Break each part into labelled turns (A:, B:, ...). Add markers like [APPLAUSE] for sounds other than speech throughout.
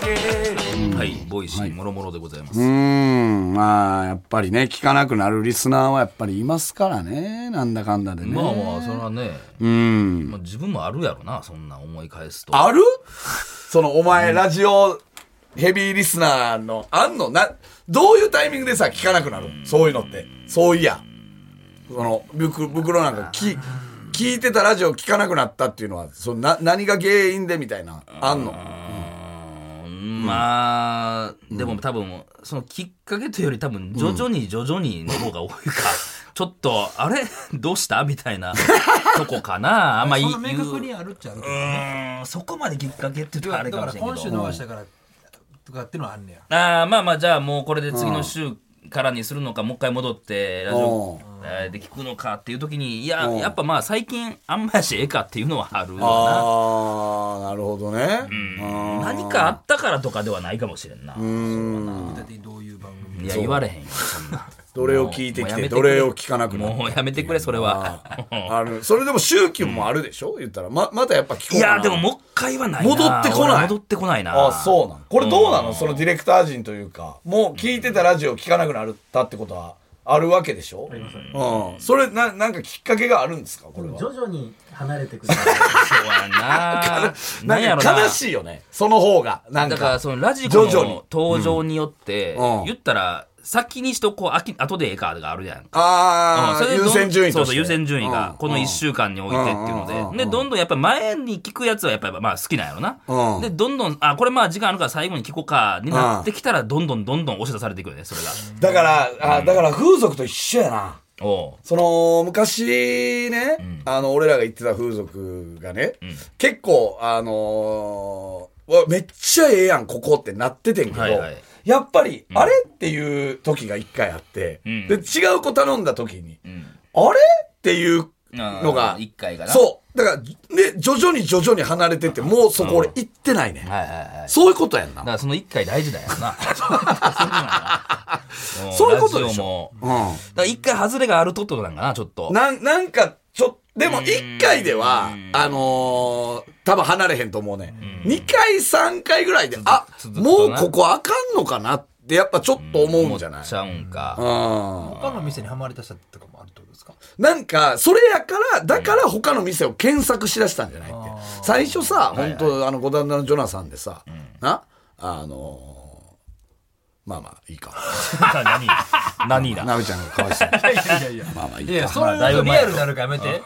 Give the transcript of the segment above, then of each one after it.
A: はい、ボイシーもろもろでございます。
B: うん、まあ、やっぱりね、聞かなくなるリスナーはやっぱりいますからね、なんだかんだでね。
A: まあまあ、それはね、
B: うん。
A: まあ、自分もあるやろな、そんな思い返すと。
C: あるそのお前ラジオヘビーリスナーのあんのなどういうタイミングでさ聞かなくなるそういうのってそういやその僕袋なんか聞聞いてたラジオ聞かなくなったっていうのはそのな何が原因でみたいなあんの
A: うんまあ、でも多分、そのきっかけというより多分、徐々に徐々にの方が多いか、 [LAUGHS] ちょっと、あれどうしたみたいなとこかな。あんまい
D: そんな明確に
A: う
D: あるっちゃう
A: ーん、そこまできっかけって言うとあれ
D: だ
A: か
D: か
A: も
D: ら
A: しれん
D: 今
A: けど。
D: 週逃したからとかっていうのはあんねや
A: あーまあまあ、じゃあもうこれで次の週からにするのか、もう一回戻って、ラジオえーで聞くのかっていう時に、いや、
B: うん
A: やっぱまあ最近あんまやしええかっていうのはあるよな。
B: ああ、なるほどね。うん
A: 何かあったからとかではないかもしれんな。
D: 具体的にどういう番組
A: いや、言われへんよ、そ
C: [LAUGHS]
A: んな。
B: どれを聞いてき
A: もうやめ
B: て、
A: て
B: どれを聞かなくなる
A: もうやめてくれ、それは。
B: あ
C: あるそれでも周期もあるでしょ言ったらままたやっぱ聞こう
A: [LAUGHS] い
C: かな
A: や、でももう一回はないな。
C: 戻ってこない
A: 俺戻ってこないな。
C: あそうなんこれどうなのそのディレクター陣というかもう聞いてたラジオ聞かなくなったってことはあるわけでしょうんそれななんかきっかけがあるんですかこれは
E: 徐々に離れてくる。
A: そうや
C: [LAUGHS]
A: な。なんや
C: な
A: ろ
C: んか
A: な。
C: 悲しいよね。その方が。なんか。
A: だから、そのラジコ
C: 徐々に
A: の登場によって
B: うんうん、
A: 言ったら、先にしとこう、あき後でええかがあるやん。
B: あ
A: うん
B: あ、
A: れでど
B: 優
A: ん
B: 先順位として。
A: そうそう、優先順位が、この1週間においてっていう
B: うんうんう
A: の
B: ん
A: で。で、どんどんやっぱ前に聞くやつはやっぱりまあ好きなんやろ
B: う
A: な。
B: ん
A: で、どんどん、あ、これまあ時間あるから最後に聞こうか、になってきたら、どんどんどんどん押し出されていくよね、それが。
C: だから、あだから風俗と一緒やな。
A: おう
C: その、昔ね、あの、俺らが行ってた風俗がね、結構、あのーうわめっちゃええやん、ここってなっててんけど、
A: はいはい
C: やっぱり、あれっていう時が一回あって、
A: ん
C: で、違う子頼んだ時に、
A: うん。
C: あれっていうのが、
A: 1回かな。
C: そう。だから、ね、徐々に徐々に離れてって、もうそこ俺行ってないね。
A: はいはいはい。
C: そういうことやんな
A: だ。からその1回大事だよ
B: [LAUGHS]
A: な。
C: そういうことでし
A: ょ。ラジオも
B: うん。
A: だから1回外れがあるとってことなんかな、ちょっと。
C: なん、なんか、ちょ、でも
A: ん
C: 1回では、あのー多分離れへんと思うね。2回、3回ぐらいで、あ、
A: 続く
C: も
A: と
C: う
A: な
C: ここあかんのかなって、やっぱちょっと思うんじゃない
A: ちゃうんか。
C: うん。
D: 他の店にはまり出したとかもあるってことですか
C: なんか、それやから、だから他の店を検索しだしたんじゃないって。最初さ、本当あの、五段田のジョナサンでさ、な、あのーまあまあ、いいか。
A: 何 [LAUGHS] 何だ。
B: なべちゃんがかわいそう。
D: いやいやいや
B: ま [LAUGHS] あまあいい
D: いや
B: か。
D: そういう
A: まあだい
D: の
A: ぶ
D: リ
A: 前
D: アルになるからやめて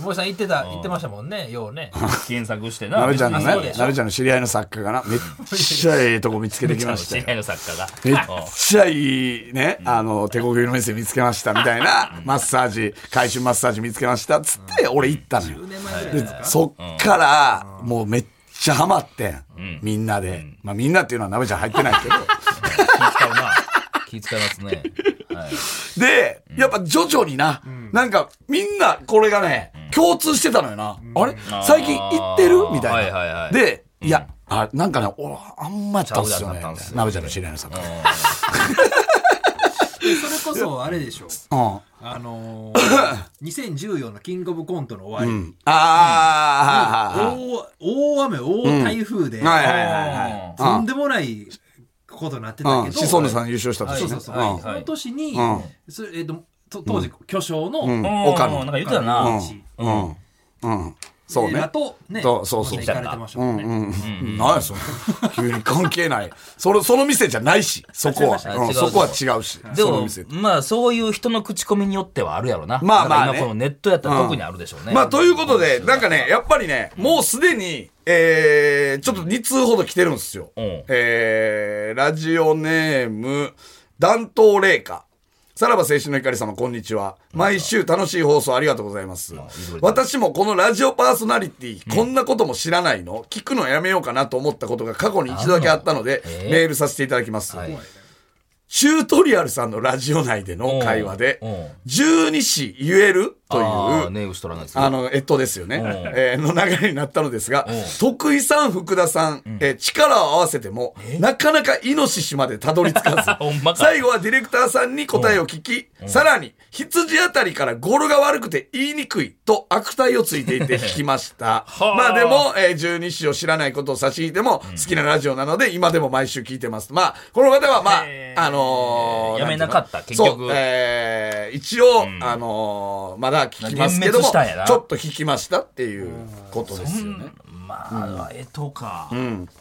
D: 森さん言ってた言ってましたもんねようね
A: 検索してな。
B: なべちゃんの
D: そう
B: ね
D: で、しょ
B: なべちゃんの知り合いの作家がな、めっちゃええとこ見つけてきました
A: 知
B: よ
A: り。合いの作家が。
B: めっちゃいいね、あの、手こぎの店見つけましたみたいな、マッサージ、回収マッサージ見つけましたっつって、俺行ったのよ。
D: 年前ぐらいですか
B: でそっから、もうめっちゃハマってん、みんなで。まあみんなっていうのはなべちゃん入ってないけど。
A: 気使うな。気使いますね。はい。
C: で、やっぱ徐々にな、なんかみんなこれがね、共通してたのよな。あれ最近行ってるみたいな。
A: はいはいはい
C: で、
B: いや、あなんかね、おあんまやったっすよね。
A: ちゃうやつだったんすよ
B: なべちゃんの知り合いの作家。
D: それこそあれでしょ
B: うん。
D: あのー、2014のキングオブコントの終わり、
C: ああ、
D: 大大雨大台風で、
B: はいはいはいはい。
D: とんでもないことになってた
B: う
D: け
B: ん。
D: ど、
B: シソンヌさん優勝した
D: はい
B: 年
D: そう
B: ね
D: そう。そ
B: う
D: う
B: ん
D: その年に、
B: ん
D: それえっとと当時巨匠の、
B: ん
A: 岡
B: 野
A: なんか言ってたな。
B: う
A: うんん。
B: うん。うん。そう
D: 映画
B: ね。
D: とね
B: そうそうそう
D: また行かれてましたもんね、
B: うん。何やそれ。急に関係ない。その、その店じゃないし、そこは。
A: 違いましたね
B: うん
A: 違う
B: そこは違うし。
A: で
B: その
A: も
B: 店、。
A: まあそういう人の口コミによってはあるやろな。
C: まあまあね
A: なんか今このネットやったら特にあるでしょうね。
C: まあということで、なんかね、やっぱりね、もうすでに、えー、ちょっと2通ほど来てるんですよ。
A: うん
C: えー、ラジオネーム、弾頭霊下。さらば青春の光様、こんにちは。毎週楽しい放送ありがとうございます。私もこのラジオパーソナリティ、こんなことも知らないの、聞くのやめようかなと思ったことが過去に一度だけあったので、
A: えー
C: メールさせていただきます。
A: はい。
C: チュートリアルさんのラジオ内での会話で
A: うんうん、
C: 12子言えるという
A: あーね牛取らないですけど
C: あの、越冬ですよね。えーの流れになったのですが
A: うん、
C: 徳井さん、福田さん、えー力を合わせても、なかなかイノシシまでたどり着か
A: [LAUGHS] ほんま
C: ず、
A: か
C: 最後はディレクターさんに答えを聞き、さらに、羊あたりから語呂が悪くて言いにくいと悪態をついていて聞きました。
A: [LAUGHS] はあ
C: まあでも、えー十二支を知らないことを差し引いても、好きなラジオなので、今でも毎週聞いてます。まあ、この方は、ま
A: へ
C: あ、
A: ー
C: あのー
A: やめなかった
C: んていう
A: 結
C: のそ
A: 局
C: うえー一応、あのーまだ聞きますけど
A: 幻滅
C: も、
A: し
C: ち
A: たんやな
C: ょっと聞きましたっていうことですよね。
A: まあ、えとか、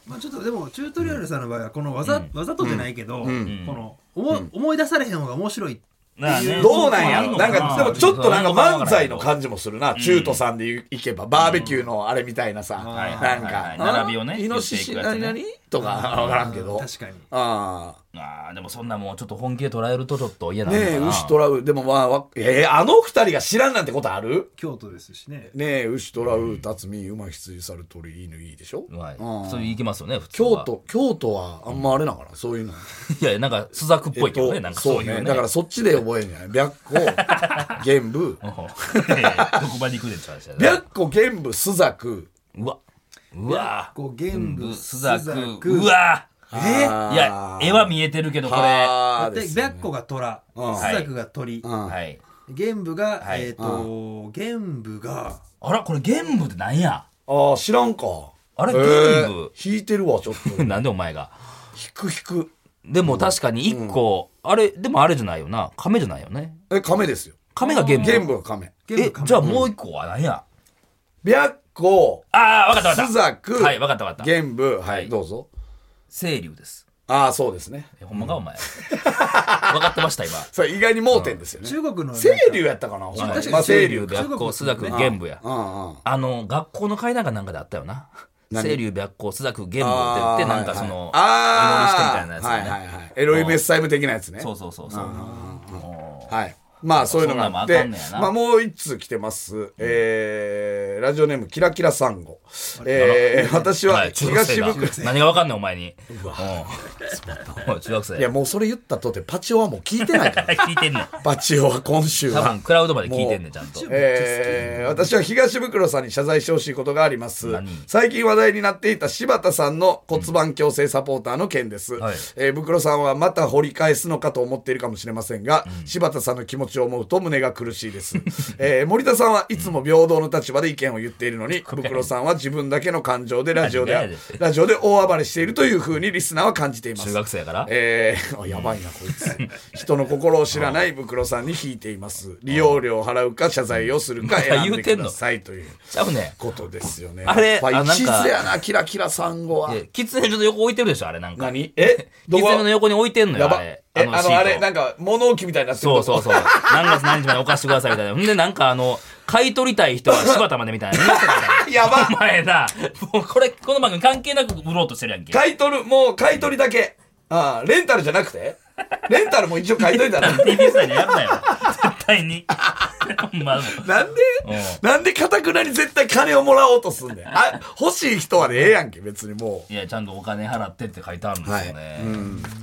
D: まあ、ちょっとでもチュートリアルさんの場合はこのわざ,、わざとじゃないけど、このおも思い出されへん方が面白い
A: なあね
C: どうなんやろなんか、でもちょっとなんか漫才の
A: は
C: 感じもするな。中途さんでいけば、バーベキューのあれみたいなさ、
A: いは
C: ないん
A: はい
C: か、
A: 並びをね
C: イ
A: 言
C: ノ
A: って
C: シ
A: いく
C: シ、
A: やつ
C: 何
A: ね
C: 々とか、わからんけど。
D: 確かに
C: ああ。
A: あーでもそんなもうちょっと本気で捉えるとちょっと嫌なんだ
C: ねえ、
A: な
C: 牛トラウ、でもまあわ、えーあの二人が知らんなんてことある
D: 京都ですしね
C: ねえ、牛トラウ、辰巳、馬羊、猿、鳥、犬、いいでしょ
A: うまいそれいきますよね普通
C: 京
A: は
C: 都、京都はあんまあれだから、そういうの。
A: いやなんか朱雀っぽいけど
C: え
A: ね、
C: っと
A: なんかそういうね
C: だからそっちで覚えんじゃない白虎、
A: [LAUGHS]
C: 玄武、
A: うんいやいやどこまで行くでんちゃう話だね
C: 白虎、玄武、朱雀。
A: うわうわ
D: こう玄武
A: 朱
D: 朱
A: 雀
D: 雀
A: うわ
C: え
A: いや絵は見えてるけどこれは
C: はー
D: で
C: ですね
D: 白虎が虎朱雀が鳥
C: うん
A: い
D: 玄武が、
A: はい
D: えっ、と玄武が
A: あらこれ玄武ってなんや
C: ああ、知らんか。
A: あれ
C: えー
A: 玄武
C: 弾いてるわ、ちょっ
A: [LAUGHS]
C: と。弾
A: [LAUGHS] なんでお前が
C: く弾く。
A: でも確かに一個、あれでもあれじゃないよな亀じゃないよね
C: え、亀ですよ。
A: 亀が玄武
C: 玄武は亀。
D: 玄武
A: え
D: か
A: じゃあもう一個は何や
C: 白虎、
A: ああわかったわか
C: 朱
A: った
C: 雀、
A: はいわかったわかった
C: 玄武、は
A: はい
C: い、どうぞ。
A: 清流です
C: ああ、そうですね。
A: えほんまか
C: [LAUGHS]
A: お前わかってました今
C: それ意外に盲点ですよね。
D: 中国の
C: 清流やったかなほんま
A: はい
C: まあ清流か。
A: 白虎朱雀玄武や
C: うんうん。
A: あの学校の階段かなんかであったよな清流白虎朱雀玄武って言
C: あ
A: って
C: ー
A: なんかその
C: はいはい
A: 祈りしてみたいなやつ
C: あー
A: よ
C: はい
A: ね
C: はいはい。エロイメッサイム的なやつね。
A: そうそうそうそう
C: はい。まあそういうのがあって、
A: そんなんもあかんねやな
C: まあもう一通来てます。えー、ラジオネームキラキラサンゴ。えー、私は
A: はい中学生
C: 東
A: が
C: 福い
A: 何がわかんねんお前にうんお [LAUGHS] い中学生
C: やもうそれ言ったとてパチオはもう聞いて
A: [LAUGHS]
C: ないから。
A: 聞いてんねん
C: パチオは今週
A: 多
C: は
A: 分。クラウドまで聞いてんねんちゃんと
C: えー私は東袋さんに謝罪してほしいことがあります
A: 何
C: 最近話題になっていた柴田さんの骨盤矯正サポーターの件です、
A: はい
C: えー袋さんはまた掘り返すのかと思っているかもしれませんが、柴田さんの気持ちを思うと胸が苦しいです [LAUGHS] えー森田さんはいつも平等の立場で意見を言っているの
A: [LAUGHS]
C: に袋さんは自分だけの感情でラジオ
A: 何がや
C: で
A: ね
C: ラジオで大暴れしているというふうにリスナーは感じています
A: 中学生やから
C: [LAUGHS] えー、あやばいなこいつ人の心を知らない袋さんに引いています利用料を払うか謝罪をするか選んでくださいという
A: ちゃうね
C: ことですよね
A: あれ
C: やっぱ
A: あなんか
C: 一途やなキラキラさんごは
A: えキツネちょっと横置いてるでしょあれなんか
C: 何え
A: キツネの横に置いてんの
C: や
A: よあ
C: ば
A: れ
C: えあの
A: シート
C: あれなんか物置みたいになってる
A: そうそううそう。何月何日までお貸してくださいみたいな。ほんで、なんかあの、買い取りたい人は柴田までみたいな。
C: [LAUGHS] やば
A: お前な、もうこれ、この番組関係なく売ろうとしてるやんけ。
C: 買い取るもう買い取りだけああレンタルじゃなくてレンタルも一応買い取りだ
A: [LAUGHS]
C: な
A: TBS 内でやるなよ。絶対に。ほんま
C: なんでなんでかたくなに絶対金をもらおうとすんねんあ欲しい人はでええやんけ別にもう
A: いや、ちゃんとお金払ってって書いてあるんですよね。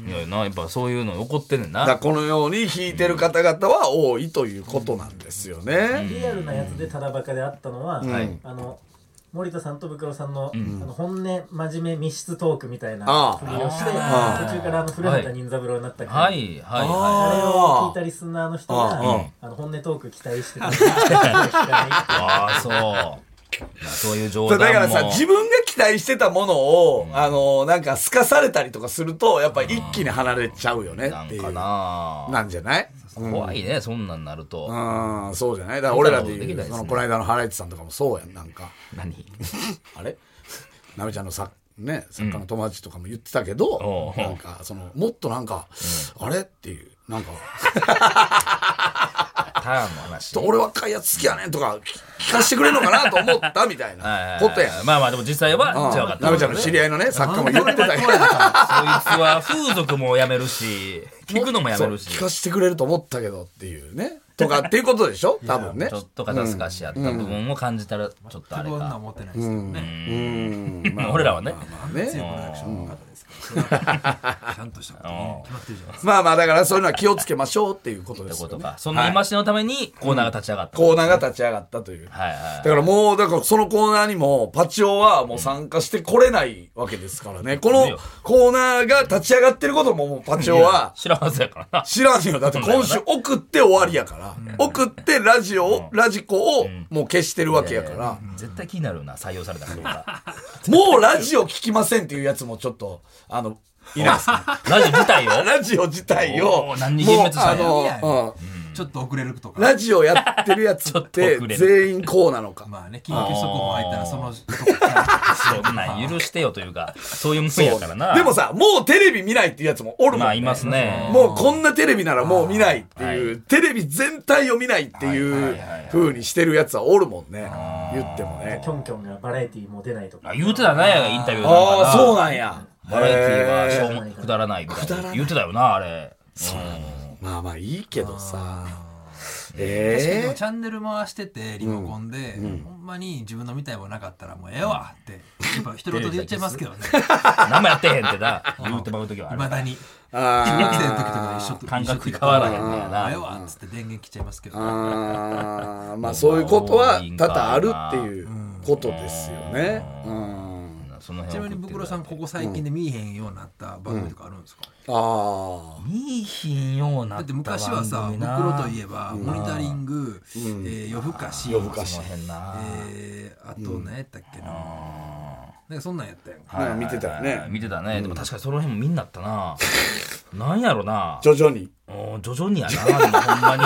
A: いや、な、やっぱそういうの怒ってんねん
C: だから
A: な。
C: このように弾いてる方々は多いということなんですよね。
F: リアルなやつでただバカであったのは、
A: ん
F: あの森田さんとブクロさんの,、あの本音真面目密室トークみたいな
C: ああ
F: ふりをして途
A: あ
F: 中からあの古畑任三郎になったけど、
A: はい、はい、
F: あ
A: はい。
F: れを聞いたリスナーの人が
C: ああ
F: あの本音トーク期待してた聞かない
A: ああ、そうまあ。そういう冗
C: だ
A: 談も。
C: からさ、自分が期待してたものを、あの、なんか透かされたりとかすると、やっぱ一気に離れちゃうよね
A: な
C: って
A: ん
C: いう。
A: か
C: な
A: なん
C: じゃない
A: 怖いね、そんなんなると。
C: うん、そうじゃないだから俺らで
A: で
C: 言う、
A: きないですね
C: その、この間のハライチさんとかもそうやん、なんか。
A: 何
C: あれなめちゃんのさね、作家の友達とかも言ってたけど、
A: うん
C: なんか、その、もっとなんか、あれっていう、なんか、
A: ターンの話。
C: ちょっと俺若いやつ好きやねんとか、聞かせてくれんのかなと思ったみたいなことやん。
A: まあまあでも実際は、じゃあ分かった。
C: なべちゃんの知り合いのね、作家も言ってたけど、
A: そ
D: [LAUGHS]
A: いつは風俗もやめるし、聞くのもやめるし。
C: 聞かせてくれると思ったけどっていうね。とかっていうことでし
A: [LAUGHS]
C: ょ多分ね
A: ちょっと肩透かしやった部分を感じたらちょっとあれ
D: そんな
A: か、
D: 思ってないですけどね。
C: うんまあ
A: 俺らはね、
D: 強くないアクションの方ですから。ちゃんとしたことね決まってるじゃないですか。
C: まあまあだからそういうのは気をつけましょうっていうことで
A: って
C: す
A: こ
C: よ
A: と
C: ね
A: かその今しのためにコーナーが立ち上がった、
C: コーナーが立ち上がったという
A: はいはい
C: だからもう、だからそのコーナーにも、パチオはもう参加してこれないわけですからね。このコーナーが立ち上がってることももうパチオは
A: 知らんはずやからな
C: 知らんよ。だって今週送って終わりやから。送ってラジオを、ラジコをもう消してるわけやから。
A: 絶対気になるな採用されたかどうか
C: もうラジオ聞きませんっていうやつもちょっと、あの、いないですか
A: [LAUGHS] ラジオ自体を
C: ラジオ自体を
A: お、ー何に幻滅したんや
C: もうあの、
D: ちょっと遅れると
C: うん
D: か。
C: ラジオやってるやつっ
A: ちょってと遅れる
C: 全員こうなのか。
D: まあね、緊急速報入ったらその
A: そんなん許してよというかそういうもんやからな
C: でもさ、もうテレビ見ないっていうやつもおるもん、ね。
A: まあいますね
C: もうこんなテレビならもう見ないっていう、
A: は
C: テレビ全体を見ないって
A: はい
C: い
A: は
C: う
A: いはいはい
C: 風にしてるやつはおるもんね。言っても
A: [LAUGHS]
C: ね
F: キ。ョンキョンがバラエティーも出ないとか
A: あ言うてたねインタビューなんか
C: ああ、そう
A: な
C: なんや。
A: バラエティはし
C: へ
A: ょうもくだらないみたいな言うてたよなあれそう
C: まあまあいいけどさ。
D: で
C: え
D: もチャンネル回しててリモコンで、ほんまに自分の見たいものなかったらもうええわってやっぱ一言で言っちゃいますけどね
A: 何もやってへんってな言うてまう時はいあ
D: ま
A: る
D: だに
C: えあ
D: 小学生の時とか一緒と
A: 感覚変わらへんから
D: もうええ
A: な
D: わっつって電源切っちゃいますけど、
C: ー
A: [LAUGHS]
C: あー、まあそういうことは多々あるっていうことですよね。うん。
A: その
D: ちな
A: 辺
D: みにブクロさんここ最近で見えへんようになった番組とかあるんですか、
C: あ
A: いいひんような
D: だって昔はさブクロといえばモニタリング、えー夜更かし
C: 夜更かし
A: その辺な
D: えーあと何やったっけな、なんかそんなんやったやんか
C: あ、なんか見てたよね。
A: 見てたねでも確かにその辺もみんなあった
C: [LAUGHS]
A: ななんやろな
C: 徐々に。
A: お徐々にやなでもほんまに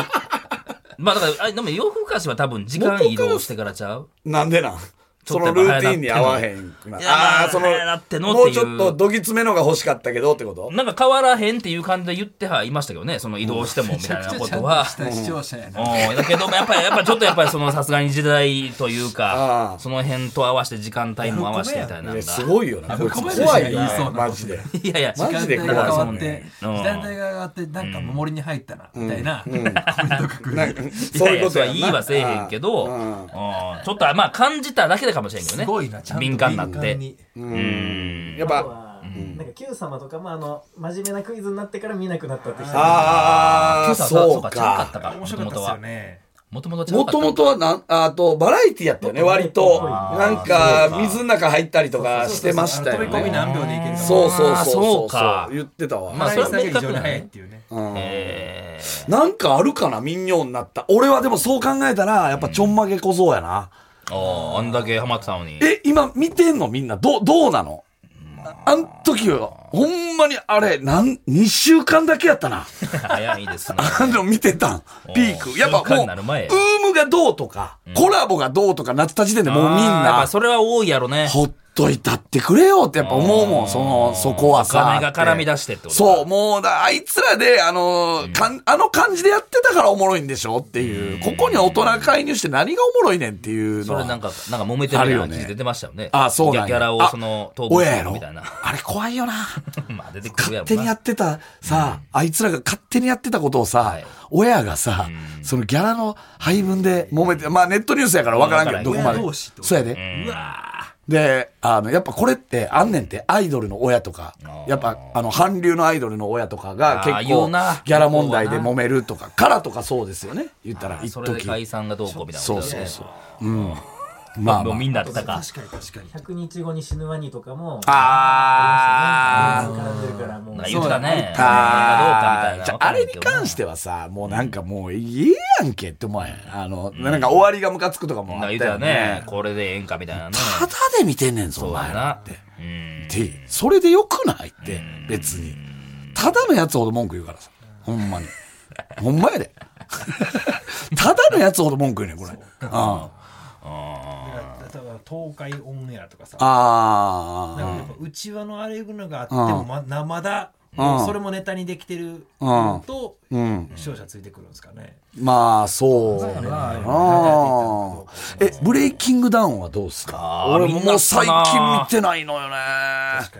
A: [LAUGHS] まあだからあでも夜更かしは多分時間移動してからちゃう
C: なんでなん
A: ちょ
C: そ
A: っとや
C: の
A: っぱ
C: ルーティンに合わへんくな。
A: いやまあ
C: ああー、その
A: 早なって、のっていう
C: もうちょっとどぎつめのが欲しかったけどってこと
A: なんか変わらへんっていう感じで言ってはいましたけどねその移動してもみたいなこ
D: ちゃん
A: と
D: と
A: は
D: し。た視聴者やな、
A: うんだけどもやっぱりやっぱちょっとやっぱりそのさすがに時代という
C: あ
A: か
C: ー
A: その辺と合わせて時間帯も合わせてみたいなん
C: い
A: だ
C: やすごいよな。こいつ
D: 小林
C: 怖い
D: が
C: よ
D: 言いそうな
C: な、マジで。
A: いやいや
C: マジで
D: 時間帯
C: 怖い
D: が変
C: そ
D: わって、
A: うん
D: 時間帯が変わって、なんか守りに入ったな、みたいな、 [LAUGHS]
C: なんか
A: い
C: そう
A: や
C: い
A: い
C: う
A: や
C: こと
A: そ
C: や
A: れは
C: ん
A: いい
C: な
A: はせえへんけど、
C: う
A: うん
C: ん
A: ちょっとまあ感じただけでかもしれんけどね
D: すごいな、ちゃんと
A: 敏感になって
D: に
A: うん
C: やっ
F: あ
C: ぱ
F: と、は、なんか Q 様とかもあの真面目なクイズになってから見なくなったって
C: あ
F: 人
A: 今
C: あ、
A: 朝はそう
C: そう
A: かちゃうかった
C: か。
A: か
D: 面
A: もと
D: 白
A: も
D: か
A: と
D: ったですよ
A: は
D: ね。
A: もともと
C: もともとはなん、あと、バラエティやったよね、割と。
F: あ
A: ー
C: なん
A: そ
C: か、
A: うか
C: 水の中入ったりとかしてましたよ
D: 飛び込み
C: ね。
D: 何秒でいけるか。
C: そうそう
A: あー
C: そう
A: そうか
C: そう言ってたわ。
A: まあそれは
D: だけ
A: 明
D: 非
A: 確
D: 常
A: だ
D: に
A: ね
D: 早いっていうね。
A: えー
C: なんかあるかな民謡になった。俺はでもそう考えたら、やっぱちょんまげ小僧やな。
A: あーあんだけハマってたのに
C: え、今見てんのみんな。どう、どうなのああん時は、ほんまにあれ、なん、2週間だけやったな。
A: 早いですね
C: あの、見てたん。ピーク。やっ
A: 週間
C: ぱ
A: に
C: も
A: な
C: う、ウ
A: る前
C: ームがどうとか、コラボがどうとかなった時点でもうみん
A: あーやっ
C: な
A: ぱ、それは多いやろね
C: [LAUGHS] ほっといたってくれよってやっぱ思うもん、その、そこはさ。
A: お金が絡み出してってことか
C: そう、もうだ、あいつらで、あの、かん、あの感じでやってたからおもろいんでしょっていう、ここに大人介入して何がおもろいねんっていうの
A: そ
C: は。
A: れなんかなんか揉めてる
C: ある
A: よう
C: よ
A: な
C: ね
A: 記事出てましたよね
C: あそうなんや
A: ギャラを
C: あ
A: その当分
C: 親や
A: する
C: ろ
A: みたいな
C: あれ怖いよ
A: [LAUGHS]
C: な。
A: まあ出てくる
C: 勝
A: やろ
C: 手にや
A: な
C: ってた、さ、あいつらが勝手にやってたことをさ、
A: はい
C: 親がさ、そのギャラの配分で揉めて、まあネットニュースやから分からんけど、
A: うん
C: どこまで
D: 親同士って。こと
C: そうやで。
A: うん
C: で、あの、やっぱこれってあんねんって、アイドルの親とか
A: あ、ー
C: やっぱあの、韓流のアイドルの親とかが
A: あー
C: 結
A: 言う
C: 構、ギ
A: な
C: ャラ問題で揉めるとか、からとかそうですよね。言ったら、一
A: それで
C: 時
A: 解散がどうこうみたいな
C: そ
A: こと
C: う
A: だよ
C: そう
A: ね
C: そう。うん。まあ、
A: もう
C: ま
A: みんなやってたか
D: 確かに確かに。
F: 100日後に死ぬワニとかも
C: あ。あー。
F: 絡んでるからもう
A: なんか言ってたね
C: あー
A: どうかみたいな
C: じゃああれに関してはさ、もうなんかもう、いいやんけって思わへん。あの、なんか終わりがムカつくとかもあ
A: なん
C: っ
A: か言ったてた
C: よ
A: ね
C: ね。
A: これでええんかみたいなね
C: ただで見てんねんぞ、お
A: そう
C: 前
A: や
C: ら
A: な
C: って。
A: うん
C: って、それでよくないって、別に。ただのやつほど文句言うからさ。ほんま
A: [LAUGHS]
C: に。ほんまやで。ただのやつほど文句言うねん、これ。あ
D: だから東海オンエアとかさ、
C: あ
D: なんかやっぱ内輪のあれぐのがあってもまだまだ
C: うん
D: それもネタにできてる
C: うん
D: と
C: うん。
D: 視聴者ついてくるんですかね。
C: まあ、そうね。あーえ、ブレイキングダウンはどうですか
A: あー
C: 俺も
A: みんな
C: もう最近見
A: 見
C: てないのよね。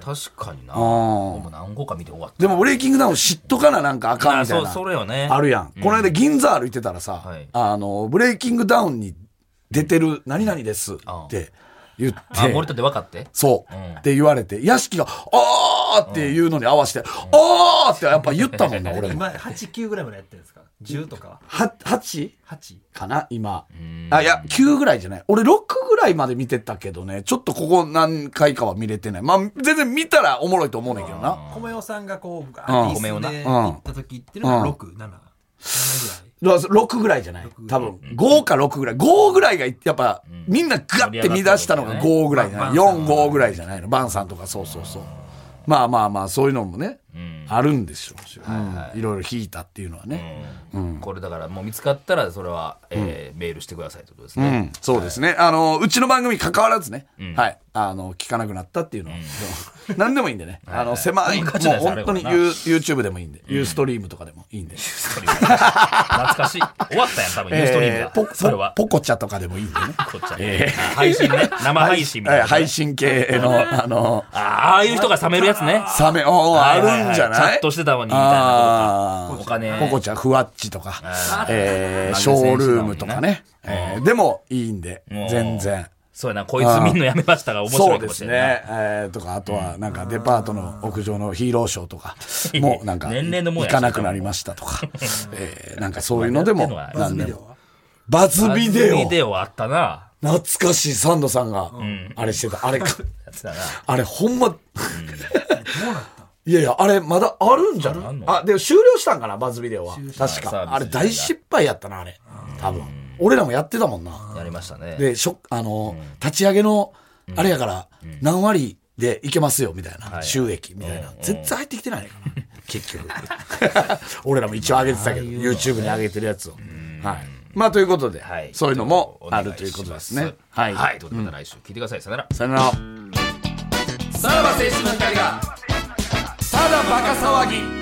A: 確かにな。
C: ん
A: もう何個か見て終わった。
C: でも、ブレイキングダウン知っとかななんかあかん
A: あ
C: みたい
A: そう、
C: な。
A: それよね。
C: あるやん。この間銀座歩いてたらさ、
A: はい
C: あの、ブレイキングダウンに出てる何々ですって言って、
A: あ、森田で分かって。
C: そう、
A: うん
C: って言われて、屋敷が、あーっていうのに合わせて、あーってやっぱ言ったもんな、俺も。
D: 今八九ぐらいまでやってるんですか。十とか
C: は、8?
D: 八。
C: かな今
A: ん。
C: あ、いや、9ぐらいじゃない。俺6ぐらいまで見てたけどね、ちょっとここ何回かは見れてない。まあ、全然見たらおもろいと思うねんけどな。
D: 米尾さんがこうガ
C: うん
D: ーッて
A: 米尾
D: 椅子
A: な
D: で
C: うん
D: 行った時っていうの
C: うん
D: が六七七ぐらい。
C: だから6ぐらいじゃない多分。5か6ぐらい。5ぐらいが、やっぱ、みんなガッて見出したのが5ぐらいじゃない。
D: 盛り上が
C: 4、5ぐらいじゃないの。バンさんとか、そうそうそう。まあまあまあ、そういうのもね、あるんでしょう。うんいろいろ引いたっていうのはね。
A: これだからもう見つかったらそれは、えーメールしてくださいってことです
C: う
A: ね。
C: ん、そうですね。あの、うちの番組関わらずね、はい、あの、聞かなくなったっていうのは、 [LAUGHS] 何でもいいんでね、あの、狭い、もう
A: 勝ちだよ
C: 本当に
A: あれは
C: You- YouTube でもいいんで、Ustream とかでもいいんで、
A: 懐かしい。終わったやん、多分、ユーストリーム
C: え
A: が。
C: ーポ
A: それは
C: ポ。ポコチャとかでもいいんでね。
A: こっちは [LAUGHS] 配信ね。生配信みたい
C: は
A: な、
C: い配信系の、あの、
A: あーああいう人が冷めるやつね。
C: サメ、おー
A: は
C: あ
A: いはいはい
C: るんじゃない
A: チャットしてたのにみたいな
C: あ
A: こと
C: ー
A: かお金
C: ポコちゃん、ふわっちとか、えー
A: あー
C: ショールームとかね。えーでもいいんで
A: うん、
C: 全然。
A: そうやな、こいつ見んのやめましたが面白
C: そう
A: いか
C: で
A: もし
C: す
A: れないな。
C: ね。えーとか、あとは、なんか、デパートの屋上のヒーローショーとかも、なんか、
A: 年齢のもん
C: 行
A: や
C: かなくなりましたとか、えーなんかそういうのでも、
A: バ
C: なんでも。バズビデ
A: ビ
C: オ
A: デオあったな。
C: 懐かしいサンドさんが、あれしてた。あれか、
A: やつだな。
C: あれほんま、いやいや、あれまだあるんじゃな
A: あ
C: い
A: んの
C: あ、でも終了したんかな、バズビデオは。確
A: サービ
C: か。
A: ス
C: あれ大失敗やったな、あれ。多分。俺らもやってたもんな。
A: やりましたね。
C: で、しょ、あの、立ち上げの、あれやから、何割でいけますよ、みたいな。
A: い
C: 収益、みたいな。全然入ってきてないかな、結局。俺らも一応上げてたけど、YouTube に上げてるやつを。はい。まあ、ということで
A: はい、、
C: そういうのも
A: お願
C: あるということです
A: しま
C: ね。はい。
A: はい。ということでまた来週聞いてください。さよなら。
C: さよなら。
A: さらば青春の光が、ただバカ騒ぎ。